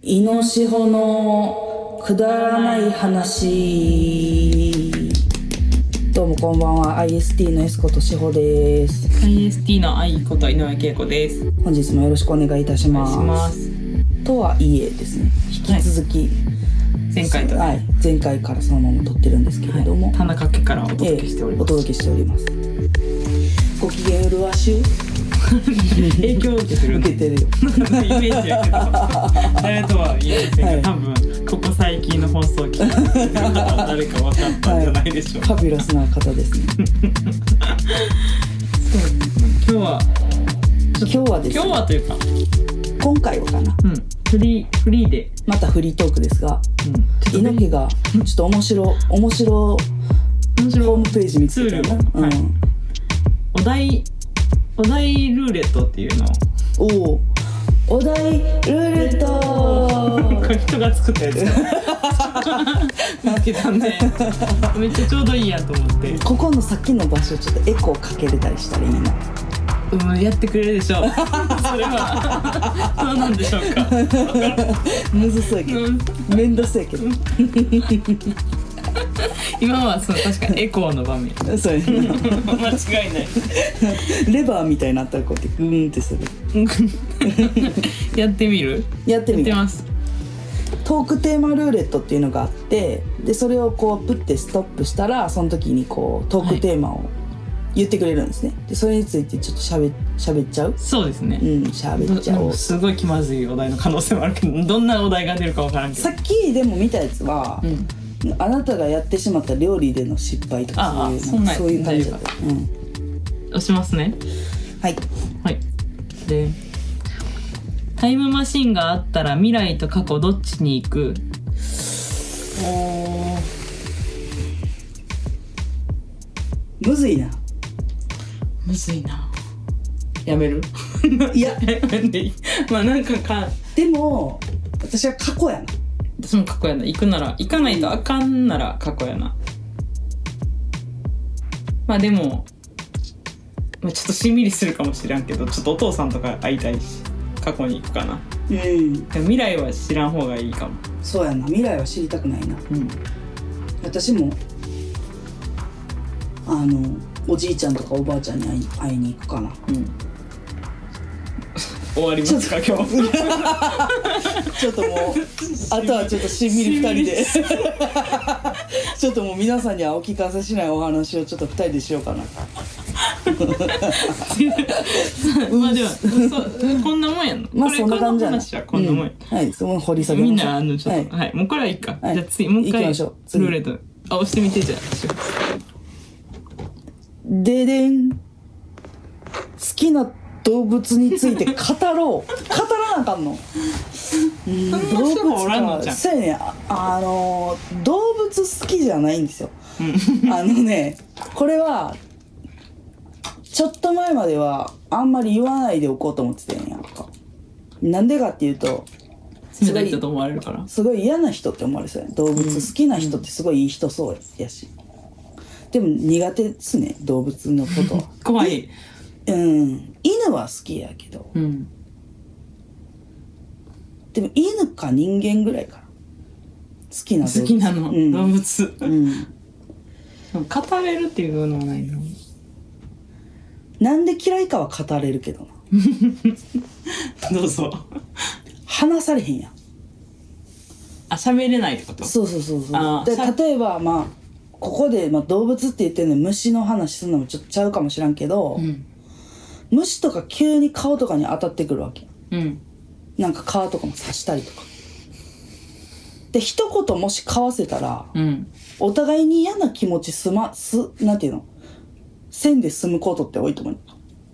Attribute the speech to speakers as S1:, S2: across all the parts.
S1: イノシホのくだらない話どうもこんばんは IST のエスコとしほです
S2: IST の愛こと井上恵子です。
S1: 本日もよろしくお願いいたし
S2: お願
S1: ま
S2: い
S1: す
S2: します。
S1: とはいえですね引き続き、
S2: 前回とね
S1: はい前回からそのまま撮ってるんですけれども、
S2: 田中家からお届けしており
S1: ええお
S2: ます。
S1: 届けしておりますご機嫌うるわしゅう
S2: 影響を受けてる
S1: 受けてるよ
S2: なんかイメージやけど、誰とは言えませんが、
S1: はい
S2: 多分ここ最近の放送を聞いてる方は誰か分かったんじゃないでしょう
S1: フ
S2: か。
S1: ァビュラスな方です ね
S2: 今日は
S1: 今日はです
S2: 今日
S1: ね
S2: はというか、
S1: 今回はかな
S2: うん、フリーフリーで、
S1: またフリートークですが
S2: うん、
S1: 猪木がちょっと面白面白
S2: 面
S1: ホー
S2: 白
S1: ム
S2: い
S1: ページ見つけた
S2: ツー
S1: な
S2: ルを
S1: うん
S2: はいお題お題ルーレットっていうのを
S1: おおお題ルーレ ッ
S2: こ
S1: ト
S2: れ人が作ったやつ見つけたんでめっちゃちょうどいいやと思って、
S1: ここのさっきの場所ちょっとエコーかけれたりしたらいいな
S2: うん、やってくれるで しょうそれはそうなんでしょうか
S1: むずそうやけど
S2: うん
S1: めんどそうやけど
S2: 今はその確かにエコーの場面
S1: そうやな
S2: 間違いない
S1: レバーみたいになったらこうやってグーンってする
S2: やってみる
S1: やって
S2: やっ
S1: み
S2: て
S1: よう
S2: ます
S1: トークテーマルーレットっていうのがあってでそれをこうプッてストップしたらその時にこうトークテーマを言ってくれるんですね、でそれについてちょっとしゃべしゃべっちゃう
S2: そうです
S1: う
S2: ね
S1: んしゃべっ
S2: ど
S1: ちゃおう
S2: すごい気まずいお題の可能性もあるけどどんなお題が出るかわからんけど
S1: さっきでも見たやつは、
S2: うん
S1: あなたがやってしまった料理での失敗とか
S2: ああ
S1: そういうなんか
S2: そ
S1: そ
S2: ん
S1: う
S2: なんや
S1: いう感じだった、うん、
S2: 押しますね
S1: はい
S2: はい。で、タイムマシンがあったら未来と過去どっちに行く
S1: むずいな
S2: むずいな。やめ る
S1: いや
S2: まあなんかか、
S1: でも私は過去やな
S2: 私も過去やな。行くなら、行かないとあかんなら過去やな。まあでも、まあ、ちょっとしんみりするかもしれんけど、ちょっとお父さんとか会いたいし、過去に行くか
S1: う
S2: な。
S1: ん
S2: でも未来は知らん方がいいかも。
S1: そうやな未来は知りたくないな
S2: うん。
S1: 私もあのおじいちゃんとかおばあちゃんに会い会いに行くかな
S2: うん。終わりますか、今日。
S1: ちょっと もうあとはちょっとしんみり2人で ちょっともう皆さんにはお聞かせしないお話をちょっと2人でしようかな
S2: まあでもそうこんなもんやの。
S1: まあ
S2: これ
S1: そんな感じやな
S2: この話はこんなもんや。
S1: うんはいその掘り下げ
S2: みん
S1: ましょう
S2: なあのちょっと
S1: はい
S2: はい、もうこれはいいか。
S1: はい
S2: じゃあ次もう一回
S1: 行き
S2: ル
S1: ましょう次
S2: ーレットあ押してみてじゃあ。
S1: ででん好きな動物について語 ろう語らなあかんのうん
S2: そんな人もおらんの
S1: 動物
S2: じゃん
S1: そうやねああのー動物好きじゃないんですよ
S2: うん
S1: あのねこれはちょっと前まではあんまり言わないでおこうと思ってたんやんかなんでかっていうと
S2: 冷たい人と思われるから。
S1: すごい嫌な人って思われそうやん動物好きな人ってすごいいい人そうやしでも苦手ですね動物のこと は
S2: 怖い。
S1: うん犬は好きやけど
S2: うん。
S1: でも犬か人間ぐらいかな好きな動物
S2: 好きなの、
S1: うん
S2: 動物。
S1: うん、
S2: 語れるっていうのはないの。
S1: なんで嫌いかは語れるけどな
S2: どうぞ。
S1: 話されへんやん
S2: あ喋れないってこと。
S1: そうそうそうそ
S2: あ
S1: う
S2: ー
S1: で
S2: さ
S1: 例えばまあここで、まあ、動物って言ってんのに虫の話するのもちょっとちゃうかもしらんけど、
S2: うん。
S1: 虫とか急に顔とかに当たってくるわけ
S2: うん。
S1: なんか皮とかも刺したりとかで一言もし交わせたら
S2: うん。
S1: お互いに嫌な気持ちすますなんていうの線で済むことって多いと思う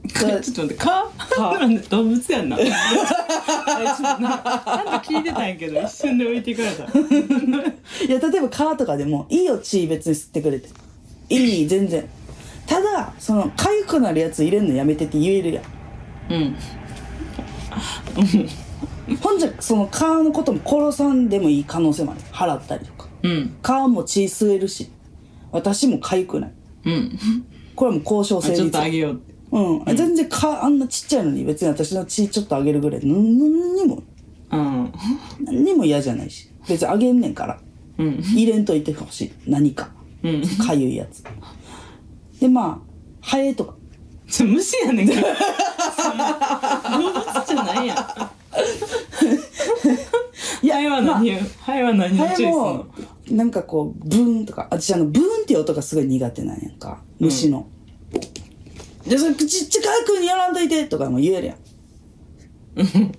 S2: ちょっと待って、か、
S1: 蚊
S2: なんで動物やんな。えちょ っとな、なんか聞いてたんやけど、一瞬で置いていかれた。
S1: いや例えば蚊とかでも「いいよ血別に吸ってくれ」て「いい全然」ただその痒くなるやつ入れんのやめてって言えるやん
S2: うん。
S1: ほんじゃその蚊のことも殺さんでもいい可能性もある払ったりとか
S2: うん。
S1: 蚊も血吸えるし私も痒くない
S2: うん。
S1: これはもう交渉成立
S2: ちょっとあげようって。
S1: うん、全然かあんなちっちゃいのに別に私の血ちょっとあげるぐらいなん何にも
S2: うん
S1: 何にも嫌じゃないし別にあげんねんから
S2: うん
S1: 入れんといてほしい何か
S2: うん
S1: かゆいやつでまあハエとか
S2: ちょ虫やねんけど動物じゃないやん
S1: いや
S2: ハエは何をハエは何を
S1: ハ
S2: 注意す
S1: エ
S2: る
S1: も
S2: の
S1: なんかこうブーンとか私あのブーンっていう音がすごい苦手なんやんか虫の、でそれちっちゃくにやらんといてとかも言えるやん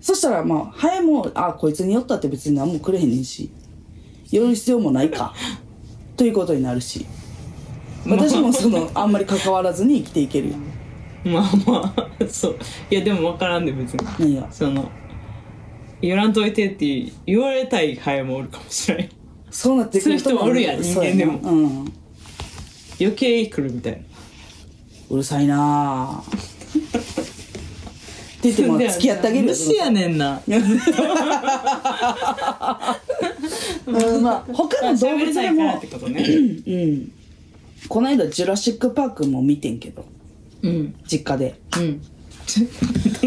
S1: そしたらまあハエもあこいつに寄ったって別に何もくれへんねんし寄る必要もない かということになるし私もそのあんまり関わらずに生きていけるやん
S2: まあまあそういやでも分からんで別に
S1: 何が
S2: その寄らんといてって言われたいハエもおるかもしれない
S1: そうなってくると
S2: そういう人もおるやん人間でも
S1: そうやなうん
S2: 余計来るみたいな
S1: うるさいなあって言っても付き合ってあげるよ
S2: 虫やねんな
S1: うん、まあ他の動
S2: 喋
S1: 物
S2: りた
S1: で
S2: いからっ
S1: も
S2: て、ことね
S1: うん、この間「ジュラシック・パーク」も見てんけど
S2: うん
S1: 実家で
S2: うんちょ恐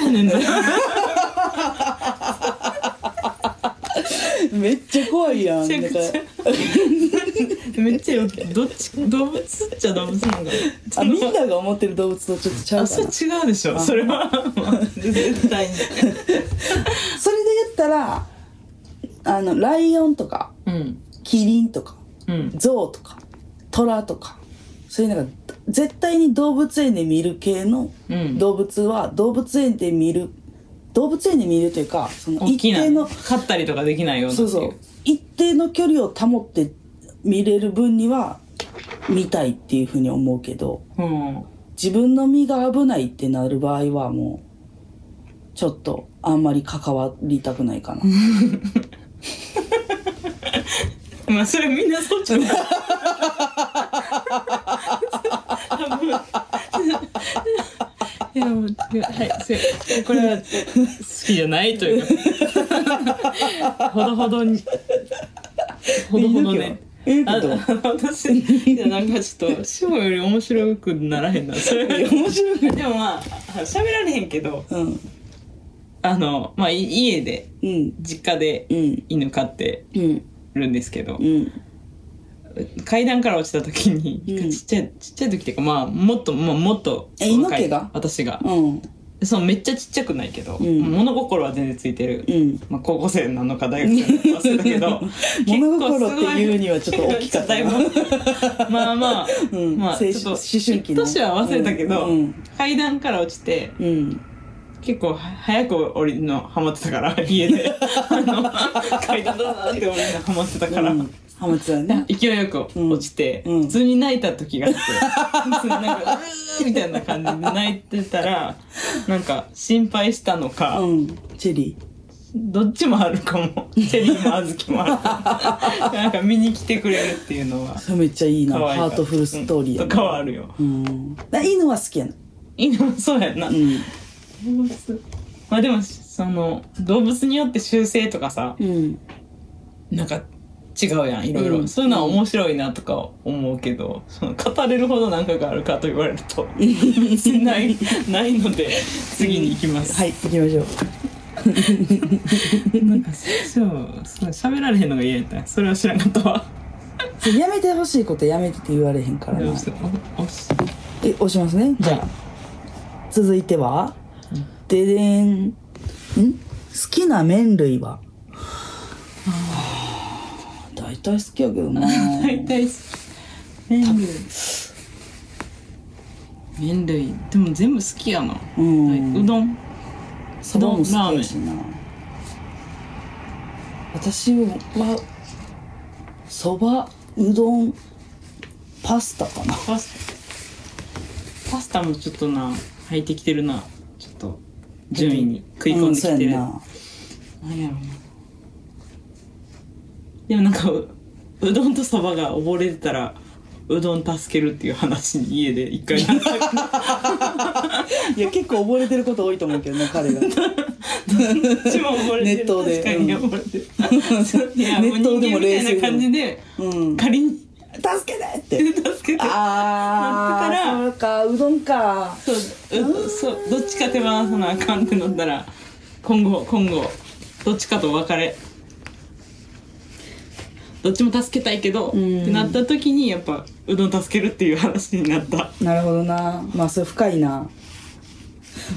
S2: 竜やねんなめ
S1: めっちゃ怖いやん
S2: ちゃ
S1: だ
S2: く
S1: か
S2: ち
S1: ら
S2: ゃめっちゃよどっち動物っちゃ動物なんだ
S1: あみんなが思ってる動物とちょっとちゃ
S2: あ
S1: うか
S2: それ
S1: な
S2: 違うでしょそれは絶対に
S1: それで言ったらあのライオンとか
S2: うん
S1: キリンとか
S2: うん
S1: ゾウとかトラとかそういうなんか絶対に動物園で見る系の
S2: うん
S1: 動物は動物園で見る動物園で見るというかその
S2: 大
S1: 一
S2: きな
S1: 定の
S2: 飼ったりとかできないようなって
S1: そ
S2: いう
S1: そう一定の距離を保って見れる分には見たいっていうふうに思うけど
S2: うん
S1: 自分の身が危ないってなる場合はもうちょっとあんまり関わりたくないかな
S2: まあそれみんなそうじゃない多分いやもう違うはいすいませんこれは好きじゃないというかほどほどにほどほどね
S1: ええけ
S2: あ
S1: ど
S2: 私いやなんかちょっと志保より面白くならへんなそれ
S1: いや面白い
S2: でもまあ喋られへんけど
S1: うん
S2: あのまあい家で
S1: うん
S2: 実家で
S1: うん
S2: 犬飼って
S1: うん
S2: るんですけど
S1: うん
S2: 階段から落ちた時に、
S1: うん
S2: ちっちゃいちっちゃい時っていうかまあもっと、まあ、もっと
S1: え
S2: 若
S1: 猪
S2: い
S1: 木が
S2: 私が
S1: うん
S2: そうめっちゃちっちゃくないけど、
S1: ん
S2: 物心は全然ついてる、
S1: うん
S2: まあ、高校生なのか大学生なのか忘れたけど
S1: 物心っていうにはちょっと大きかったな
S2: 結構すごいまあまあ、
S1: うん
S2: まあ
S1: 青春
S2: ちょっと
S1: 思春期の
S2: 年は忘れたけど、
S1: うんうん
S2: 階段から落ちて
S1: うん
S2: 結構は早く降りるのハマってたから家で あの階段だなって降りるのハマってたから。
S1: うんハマってたね
S2: 勢いよく落ちて、
S1: うんうん
S2: 普通に泣いた時があって普通になんか「うー」みたいな感じで泣いてたらなんか心配したのか、
S1: うんチェリ
S2: どっちもある かもチェリーも小豆も あるなんか見に来てくれるっていうのは
S1: ーそれめっちゃいいな
S2: 可愛い
S1: ハートフルストーリーや
S2: と
S1: な
S2: かはあるよ
S1: うんだ犬は好きやな
S2: 犬もそうやんな、
S1: うん
S2: 動物まあでもその動物によって習性とかさ
S1: うん
S2: なんか違うやんいろいろ、
S1: うん
S2: そういうのは面白いなとか思うけどその語れるほど何かがあるかと言われる と別にないないので次に行きます、
S1: はい行きましょう
S2: なんかそうそう喋られへんのが嫌やったんやそれは知らんかったわ
S1: それやめてほしいことやめてって言われへんから
S2: で
S1: な
S2: もそうおおし
S1: え押しますねじゃあ続いてはででーんん好きな麺類ははあ大体好きやけど な
S2: 大体麺類麺類でも全部好きやな、
S1: う
S2: うんうどん
S1: そばも好きやしな私はそばうどんパスタかな
S2: パスパスタもちょっとな入ってきてるなちょっと順位に食い込んでき
S1: うん
S2: て
S1: そう
S2: る、
S1: やん
S2: なん、
S1: な
S2: やろなでもなんかううどんとそばが溺れてたらうどん助けるっていう話に家で一回なった
S1: いや結構溺れてること多いと思うけどな 彼が
S2: どっちも溺れてる
S1: 熱湯で
S2: 確かに
S1: うん
S2: 溺れてる、いやも
S1: 熱
S2: う
S1: 湯でも
S2: 人間みた
S1: 冷
S2: い
S1: 静
S2: な
S1: でも
S2: 感じで、
S1: うん
S2: 仮に
S1: 助けて って
S2: 助けて
S1: ああ
S2: な
S1: そうかうどんか
S2: そううそうどっちか手放さなあかんってなったら今後今後どっちかと別れどっちも助けたいけど、
S1: ん
S2: ってなった時にやっぱうどん助けるっていう話になった
S1: なるほどなまあそれ深いな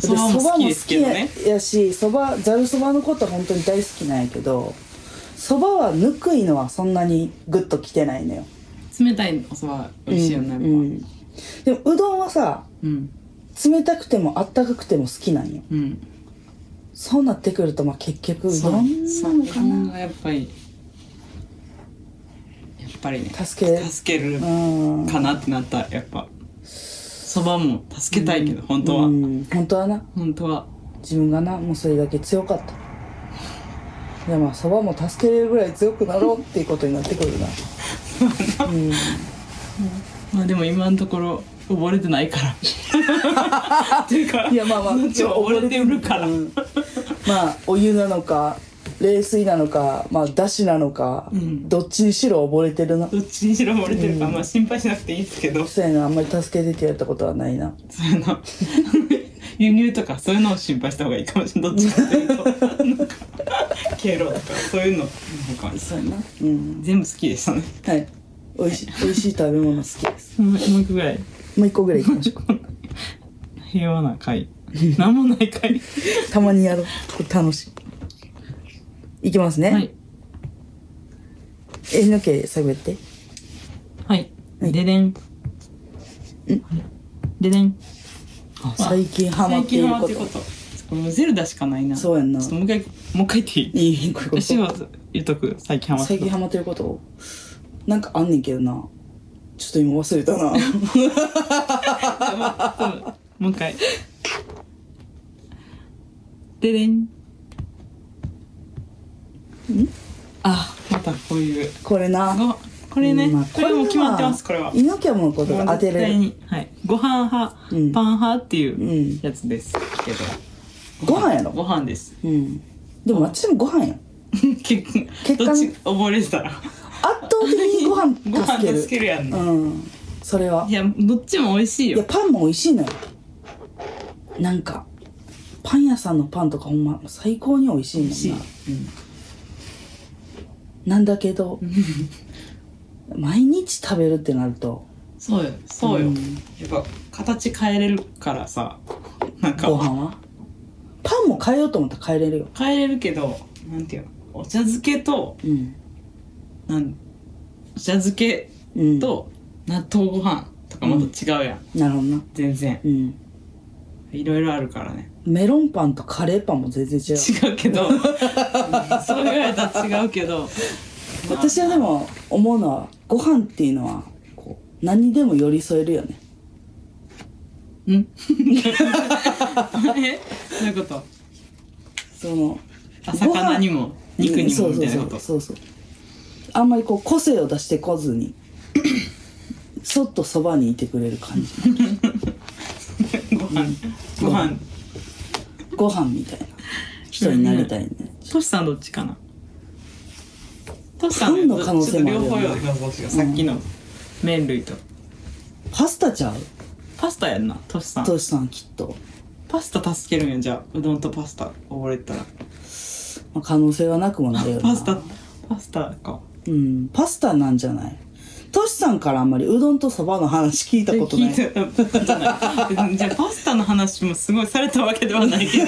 S2: そばも好きですけどね
S1: ややしそばざるそばのこと本当に大好きなんやけどそばはぬくいのはそんなにグッときてないのよ
S2: 冷たいおそば美味しいよね、
S1: う
S2: うんん
S1: でもうどんはさ
S2: うん
S1: 冷たくてもあったかくても好きなんよ
S2: うん、
S1: そうなってくるとまあ結局う
S2: そ
S1: ど
S2: う
S1: な
S2: ん
S1: のか
S2: そううどん
S1: な
S2: がやっぱりやっぱりね
S1: 助け
S2: 助ける
S1: うん
S2: かなってなったやっぱそばも助けたいけど、本当は、
S1: うん本当はな
S2: 本当は
S1: 自分がなもうそれだけ強かったいやまあそばも助けれるぐらい強くなろうっていうことになってく るなうん
S2: まあでも今のところ溺れてないからっていうか
S1: いやまあまあ
S2: 命は溺れてるから、
S1: うんまあお湯なのか冷水なのかまあだしなのか、
S2: うん
S1: どっちにしろ溺れてるな
S2: どっちにしろ溺れてるから、まあ心配しなくていいんですけど
S1: そうやなあんまり助けてってやったことはないな
S2: そういうの 輸入とかそういうのを心配した方がいいかもしれないどっちかっていうとなんか経路とかそういうのの方がいい
S1: そうやなうん
S2: 全部好きでしたね
S1: はい美味しい美味しい食べ物好きです
S2: もう一個ぐらい
S1: もう一個ぐらい行きましょ
S2: 平和な回なんもない回
S1: うたまにやろうこれ楽しいいきますね、
S2: はい
S1: えのけ探って
S2: はい
S1: はい
S2: ででんででん
S1: 最近ハマ
S2: 最
S1: っている
S2: 近ハ
S1: こ
S2: マって
S1: と
S2: ることこれもうゼルダしかないな
S1: そうやんな
S2: ちょっともう一回もう一回言っていい
S1: いいこういうこと
S2: 私は言っとく最近ハマって
S1: 最
S2: る
S1: 近ハマってることなんかあんねんけどなちょっと今忘れたな
S2: もう一回ででんんあまたこういう
S1: これな
S2: ごこれね、
S1: うんまあ
S2: これもう決まってますこれは
S1: 猪木はもうこと当て
S2: もう絶
S1: れ
S2: 対
S1: る
S2: に、はい、ご飯派、
S1: うん
S2: パン派ってい
S1: ん
S2: うやつですけど、
S1: ご飯やろ
S2: ご飯です
S1: うんでもあっちでもご飯やん
S2: 結
S1: 結果
S2: どっち溺れてたら
S1: 圧倒的にご飯
S2: ご飯
S1: 助ける
S2: 助けるやんな
S1: うんそれはい
S2: やどっちも美味しい
S1: いや
S2: よ
S1: パンも美味しいのよなんかパン屋さんのパンとかほんま最高に美味しいもんな
S2: し、
S1: なんだけど毎日食べるってなると
S2: そうよそうよ、
S1: うん
S2: やっぱ形変えれるからさなんか
S1: ご飯はパンも変えようと思ったら変えれるよ
S2: 変えれるけどなんていうのお茶漬けと
S1: うん
S2: なんお茶漬け
S1: うん
S2: と納豆ご飯とかまた違うやん、
S1: なるほどな
S2: 全然
S1: うん
S2: いろいろあるからね
S1: メロンパンとカレーパンも全然違う
S2: 違う けどうんそう言われたら違うけど
S1: 私はでも思うのはご飯っていうのはこう何にでも寄り添えるよね
S2: うん えどういうこと
S1: その
S2: あ魚にも肉にもみたいなこと
S1: そうそうそうそうそうあんまりこう個性を出してこず にそっとそばにいてくれる感じ
S2: ご飯ご飯
S1: ご飯みたいな人になりたいね
S2: トシさんどっちかなトシさ
S1: パ
S2: ん
S1: ンの可能性もあるよね
S2: ちょっと両方よどうしようさっきの麺類と
S1: パスタちゃう
S2: パスタやんなトシさん
S1: トシさんきっと、
S2: パスタ助けるんやじゃあうどんとパスタ溺れたら
S1: まあ、可能性はなくもないよな
S2: パスタパスタか
S1: うんパスタなんじゃないトシさんからあんまりうどんとそばの話聞いたことない
S2: え聞いたじゃないじゃあパスタの話もすごいされたわけではないけど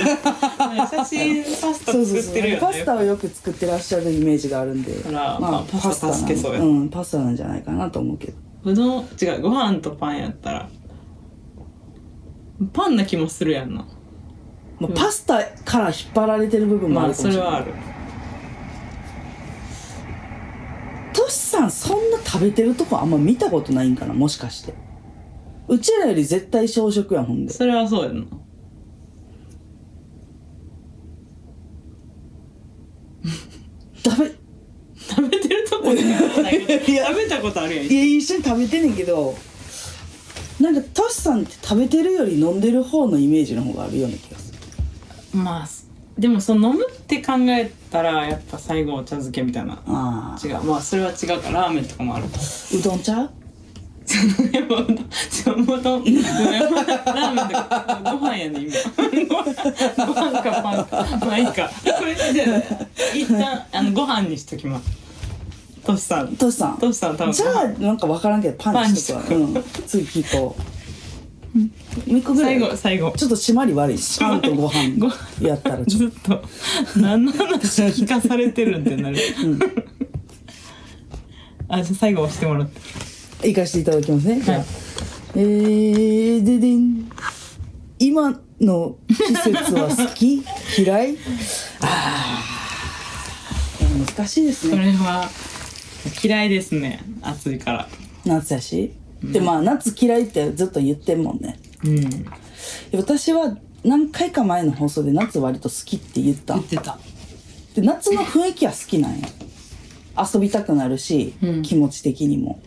S2: 写真パスタ
S1: そうそ
S2: 作
S1: う
S2: っ
S1: そう
S2: てるよね
S1: パスタをよく作ってらっしゃるイメージがあるんで
S2: あらまあパスタ
S1: なん
S2: 助けそうや
S1: うんパスタなんじゃないかなと思うけど
S2: うどん違うご飯とパンやったらパンな気もするやんな
S1: まあ、パスタから引っ張られてる部分もあ
S2: まあ
S1: るか
S2: そ
S1: もし
S2: れ
S1: れ
S2: は
S1: な
S2: あ
S1: い
S2: る
S1: トシさんそんな食べてるとこあんま見たことないんかなもしかしてうちらより絶対小食やんほんで
S2: それはそうやんな
S1: 食べ
S2: 食べてるとこには食べないけど
S1: いや
S2: 食べたことあるやん
S1: いや一緒に食べてんねんけどなんかトシさんって食べてるより飲んでる方のイメージの方があるような気がする
S2: まあでもその飲むって考えたらやっぱ最後お茶漬けみたいな
S1: ああ
S2: 違うまあそれは違うからラーメンとかもある
S1: うどんちゃう
S2: その山本山本山本ラーメンとかご飯やね今ご飯かパンかまあいいかこれじゃあ一旦あのご飯にしときますトシさん
S1: トシさん
S2: トシさん多分
S1: じゃあなんか分からんけどパンにしとくわ、
S2: パン
S1: う
S2: に
S1: ん、次聞こうもう一個ぐら
S2: 最
S1: い
S2: 後最後
S1: ちょっと締まり悪いパンとご飯
S2: ご
S1: やったらちょ
S2: ずっと何の話聞かされてるんってなる、あじゃあ最後押してもらって
S1: っと行かせていただきますね、じゃあ
S2: はい
S1: えー、ででん今の季節は好き嫌いあー難しいです
S2: そ
S1: ね
S2: れは嫌いですね暑いから
S1: 夏やし、でまあ夏嫌いってずっと言ってんもんね
S2: うん言
S1: 私は何回か前の放送で夏割と好きって言った
S2: ってた
S1: で夏の雰囲気は好きなんや遊びたくなるし、
S2: うん
S1: 気持ち的にも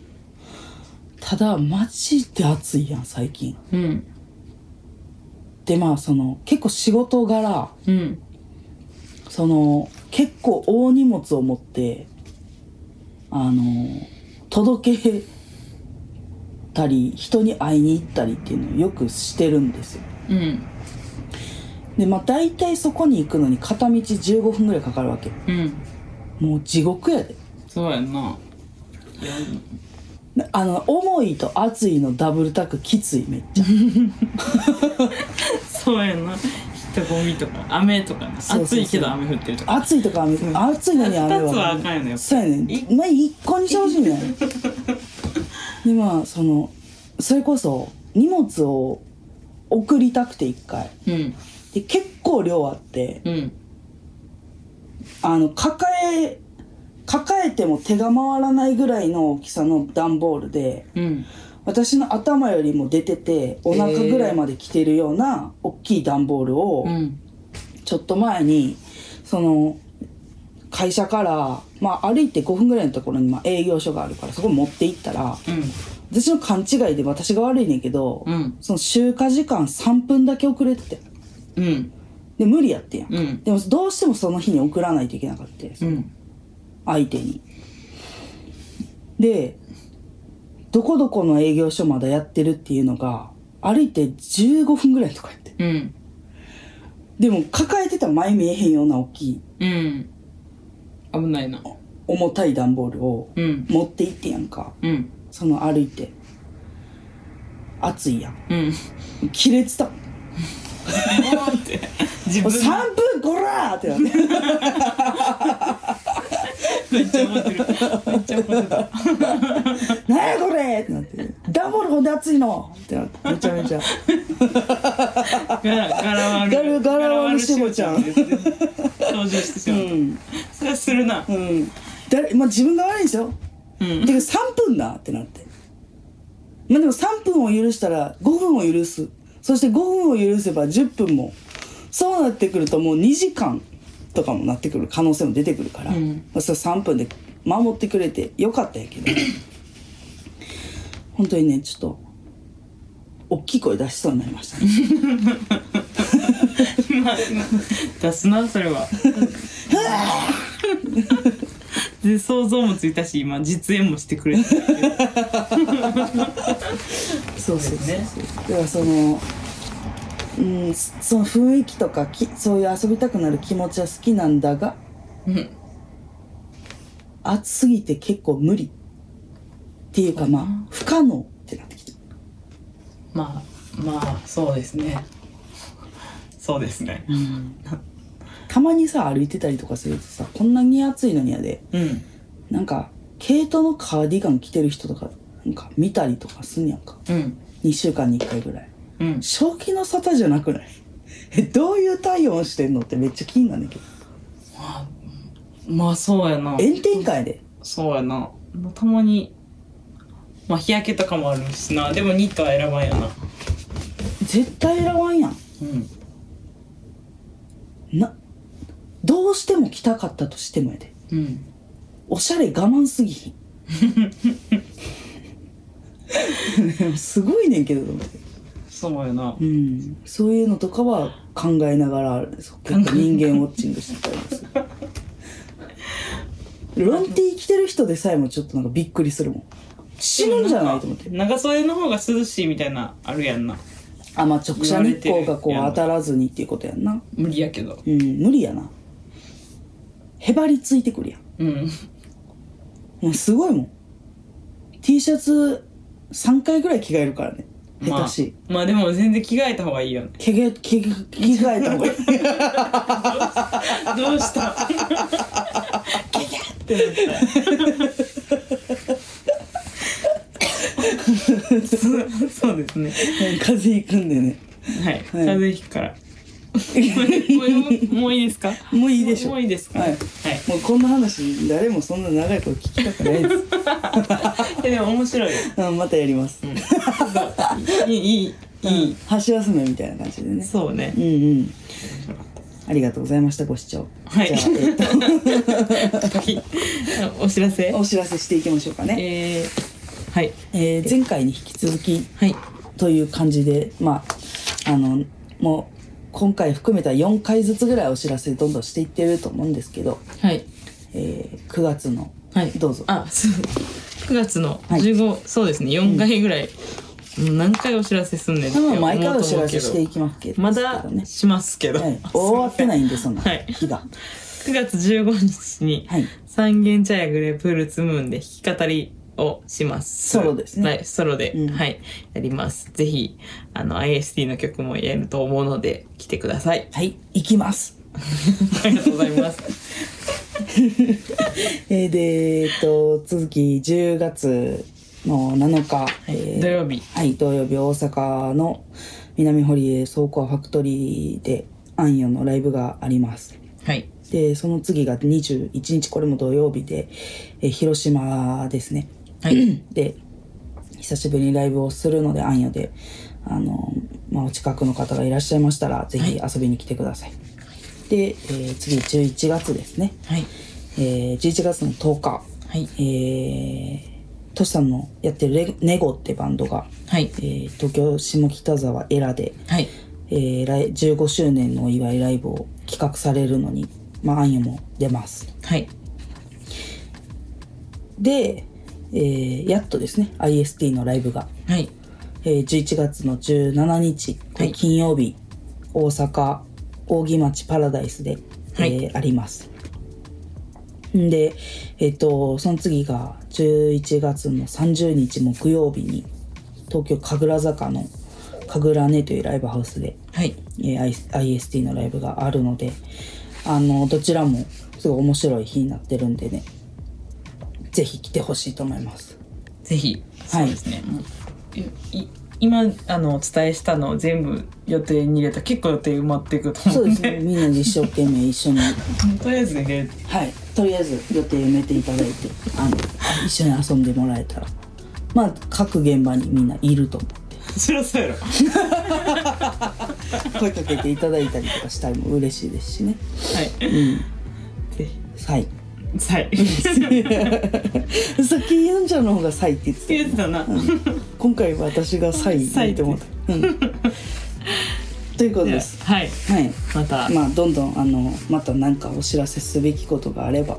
S1: ただマジで暑いやん最近
S2: うん
S1: でまあその結構仕事柄
S2: うん
S1: その結構大荷物を持ってあの届けたり人に会いに行ったりっていうのをよくしてるんですよ
S2: うん
S1: でまあ大体そこに行くのに片道15分ぐらいかかるわけ
S2: うん
S1: もう地獄やで
S2: そうやんな
S1: なあの重いと熱いのダブルタックきついめっちゃ
S2: そうやんな人ゴミとか雨とかね
S1: そうそうそう
S2: 暑いけど雨降ってるとか
S1: 熱いとか雨熱いのに雨
S2: 二つは
S1: は
S2: あかんよね
S1: そうやねんまあ一個にしてほしいね でまあそのそれこそ荷物を送りたくて一回
S2: うん
S1: で結構量あって
S2: うん
S1: あの抱え抱えても手が回らないぐらいの大きさの段ボールで
S2: うん
S1: 私の頭よりも出ててお腹ぐらいまで来てるような大きい段ボールを、
S2: うん
S1: ちょっと前にその会社から、まあ、歩いて5分ぐらいのところにまあ営業所があるからそこ持って行ったら
S2: うん
S1: 私の勘違いで私が悪いねんけど、
S2: うん
S1: その集荷時間3分だけ遅れてて
S2: うん
S1: で無理やってんやん、
S2: うん
S1: でもどうしてもその日に送らないといけなかった
S2: う
S1: よ
S2: ん
S1: 相手にでどこどこの営業所まだやってるっていうのが歩いて15分ぐらいとかやって
S2: うん
S1: でも抱えてた前見えへんような大きい
S2: うん危ないな
S1: 重たい段ボールを
S2: うん
S1: 持って行ってやんか
S2: うん
S1: その歩いて暑いやん
S2: うん
S1: 切れてた
S2: って自分で
S1: 3分こらーってな って
S2: めっちゃ思ってるめっちゃ思ってた
S1: 「何やこれ!」ってなって「ダンボールほんで暑いの!」ってなってめちゃめちゃ
S2: ガラガラワル
S1: ガラガラワルシボちゃん
S2: ガラワルシボちゃん登場してし
S1: う
S2: まう、
S1: ん
S2: それはするな
S1: うん誰、まあ、自分が悪いんですよ
S2: うん
S1: てか3分だってなってまあでも3分を許したら5分を許すそして5分を許せば10分もそうなってくるともう2時間とかもなってくる可能性も出てくるから、
S2: うん
S1: まあそれ3分で守ってくれてよかったんやけど本当にねちょっと大きい声出しそうになりましたね
S2: まあ出すなそれはで想像もついたし今実演もしてくれてる
S1: そうそうそうそう、
S2: ね
S1: だからそのうんその雰囲気とかきそういう遊びたくなる気持ちは好きなんだが
S2: うん
S1: 暑すぎて結構無理っていうかまあ不可能ってなってきて
S2: まあまあそうですねそうですね
S1: たまにさ歩いてたりとかするとさこんなに暑いのにやで
S2: うん
S1: なんか毛糸のカーディガン着てる人とかなんか見たりとかすんやんか
S2: うん
S1: 2週間に1回ぐらい
S2: うん
S1: 正気の沙汰じゃなくない えどういう体温してんのってめっちゃ気になんねんけど
S2: まあそうやな
S1: 炎天下やで
S2: そうやなたまにまあ日焼けとかもあるしなでもニットは選ばんやな
S1: 絶対選ばんやん
S2: うん
S1: などうしても着たかったとしてもやで
S2: うん
S1: おしゃれ我慢すぎひんすごいねんけどと思って
S2: そうやな
S1: うん、そういうのとかは考えながらそう結構人間ウォッチングしてたりでするロンティー着てる人でさえもちょっとなんかびっくりするもん死ぬんじゃないと思って
S2: 長袖の方が涼しいみたいなあるやんな
S1: あまあ直射日光がこう
S2: 言われてる
S1: 当た
S2: やん
S1: らずにっていうことやんな
S2: 無理やけど
S1: うん無理やなへばりついてくるやん
S2: うん
S1: もうすごいもん T シャツ3回ぐらい着替えるからね下手しい、
S2: まあ、まあでも全然着替えた方がいいよね
S1: けげけげ着替えた方がいい
S2: どうしたギャギャってなったそうそうですね
S1: 風邪ひくんでね
S2: はい、風邪ひくからこれももういいですか
S1: もういいでしょ
S2: もういいですか
S1: はい
S2: はい
S1: もうこんな話誰もそんな長いこと聞きたくないです、
S2: えでも面白いよ、
S1: うん、またやります、
S2: うんそう、いいいいいい、
S1: 箸休めみたいな感じでね
S2: そうね
S1: うんうんありがとうございましたご視聴
S2: はい
S1: じゃあ、えっと、
S2: はいお知らせ
S1: お知らせしていきましょうかね、
S2: えー、はい
S1: えー前回に引き続き
S2: はい
S1: という感じでまああのもう今回含めた4回ずつぐらいお知らせどんどんしていってると思うんですけど、
S2: はい
S1: えー9月の
S2: はい
S1: どうぞ
S2: あそう9月の
S1: はい
S2: 15、そうですね4回ぐらい、もう何回お知らせすんねんって
S1: 多
S2: 思う
S1: 分
S2: と思う
S1: 毎
S2: けど
S1: 回お知らせしていきますけど
S2: ま
S1: ですけ
S2: だ
S1: どね
S2: しますけど、
S1: はい、終わってないんでその
S2: はい
S1: 日が、
S2: 9月15日に
S1: はい
S2: 三軒茶屋グレープフルーツムーンで弾き語りをします。
S1: ソロですね
S2: はい、ソロで、
S1: うん。
S2: はい、やります。ぜひ、あの、IST の曲もやると思うので、来てください
S1: はい、行きます
S2: ありがとうございます。
S1: えーで、えっと、続き10月の7日、えー
S2: 土曜日。
S1: はい、土曜日大阪の南堀江倉庫ファクトリーで、アンヨのライブがあります。
S2: はい。
S1: で、その次が21日、これも土曜日で、えー広島ですね。
S2: はい。
S1: で、久しぶりにライブをするので、アンヨで、あの、まあ、お近くの方がいらっしゃいましたら、ぜひ遊びに来てください。で、えー次11月ですね。
S2: はい。
S1: えー11月の10日、
S2: はい。
S1: えー、トシさんのやってるレネゴってバンドが、
S2: はい
S1: え。ー東京下北沢エラで、
S2: はい。
S1: えー来15周年のお祝いライブを企画されるのに、まあ、アンユも出ます。
S2: はい。
S1: で、えーやっとですね、IST のライブが、
S2: はい。
S1: えー11月の17日、これ
S2: はい
S1: 金曜日、大阪、扇町パラダイスで、
S2: はい
S1: えーあります。んで、えっ、と、その次が11月の30日木曜日に、東京神楽坂の神楽根というライブハウスで、
S2: はい。
S1: えー I- IST のライブがあるので、あの、どちらもすごい面白い日になってるんでね、ぜひ来てほしいと思います。
S2: ぜひ、
S1: はい
S2: そうですね。もういい今あのお伝えしたのを全部予定に入れた結構予定埋まっていくと思
S1: そううんですね、みんなで一生懸命一緒に
S2: とりあえず入れ
S1: はい、とりあえず予定埋めていただいてあの一緒に遊んでもらえたらまあ各現場にみんないると思って
S2: 知らせやろ
S1: 声かけていただいたりとかしたりも嬉しいですしね
S2: はい。ぜひ。
S1: はい
S2: はい。 言
S1: さっきユンちゃんの方が「サイ」って言ってた
S2: ってたな。
S1: 今回私が「サイ」って思った、 うん、ということです
S2: はい。
S1: はい
S2: また。
S1: まあどんどんあのまた何かお知らせすべきことがあれば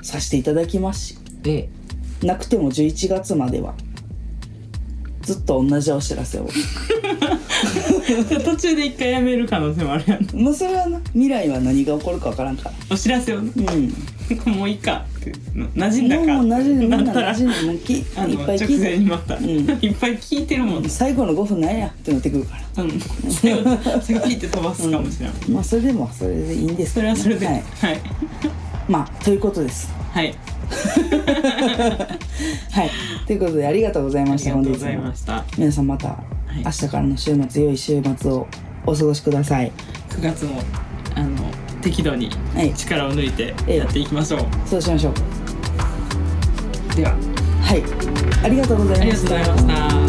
S1: させていただきますし
S2: で、
S1: なくても11月まではずっと同じお知らせ を
S2: 途中で一回やめる可能性もあるやん。
S1: まあそれはな未来は何が起こるか分からんか
S2: お知らせをね、
S1: らうん
S2: もういいかって。な馴染んだか。
S1: もう同じみん
S2: な
S1: な
S2: った
S1: 同
S2: ら
S1: じ。もうきいっ
S2: あの、
S1: ぱい
S2: 直
S1: 聞い
S2: 前
S1: て
S2: にまた。
S1: ん
S2: いっぱい聞いてるもん。
S1: 最後の5分なんやってなってくるから
S2: うん。最後、最後聞いて飛ばすかもしれない。
S1: まあそれでもそれでいいんです
S2: そ
S1: けどね
S2: れはそれで。はいい。
S1: まあということです
S2: はい。
S1: はいということでありがとうござい
S2: あ
S1: まし
S2: りが
S1: た
S2: と
S1: 本
S2: う
S1: 日
S2: ござい
S1: も
S2: ました。
S1: 皆さんまた
S2: い
S1: 明日からの週末良い週末をお過ごしください
S2: 9月も、あの、適度に
S1: はい
S2: 力を抜いて
S1: ええ
S2: やっていきましょう。
S1: そうしましょう
S2: では、
S1: はいありがとうござ
S2: あ
S1: いま
S2: りがとう
S1: し
S2: ござい
S1: た
S2: ました。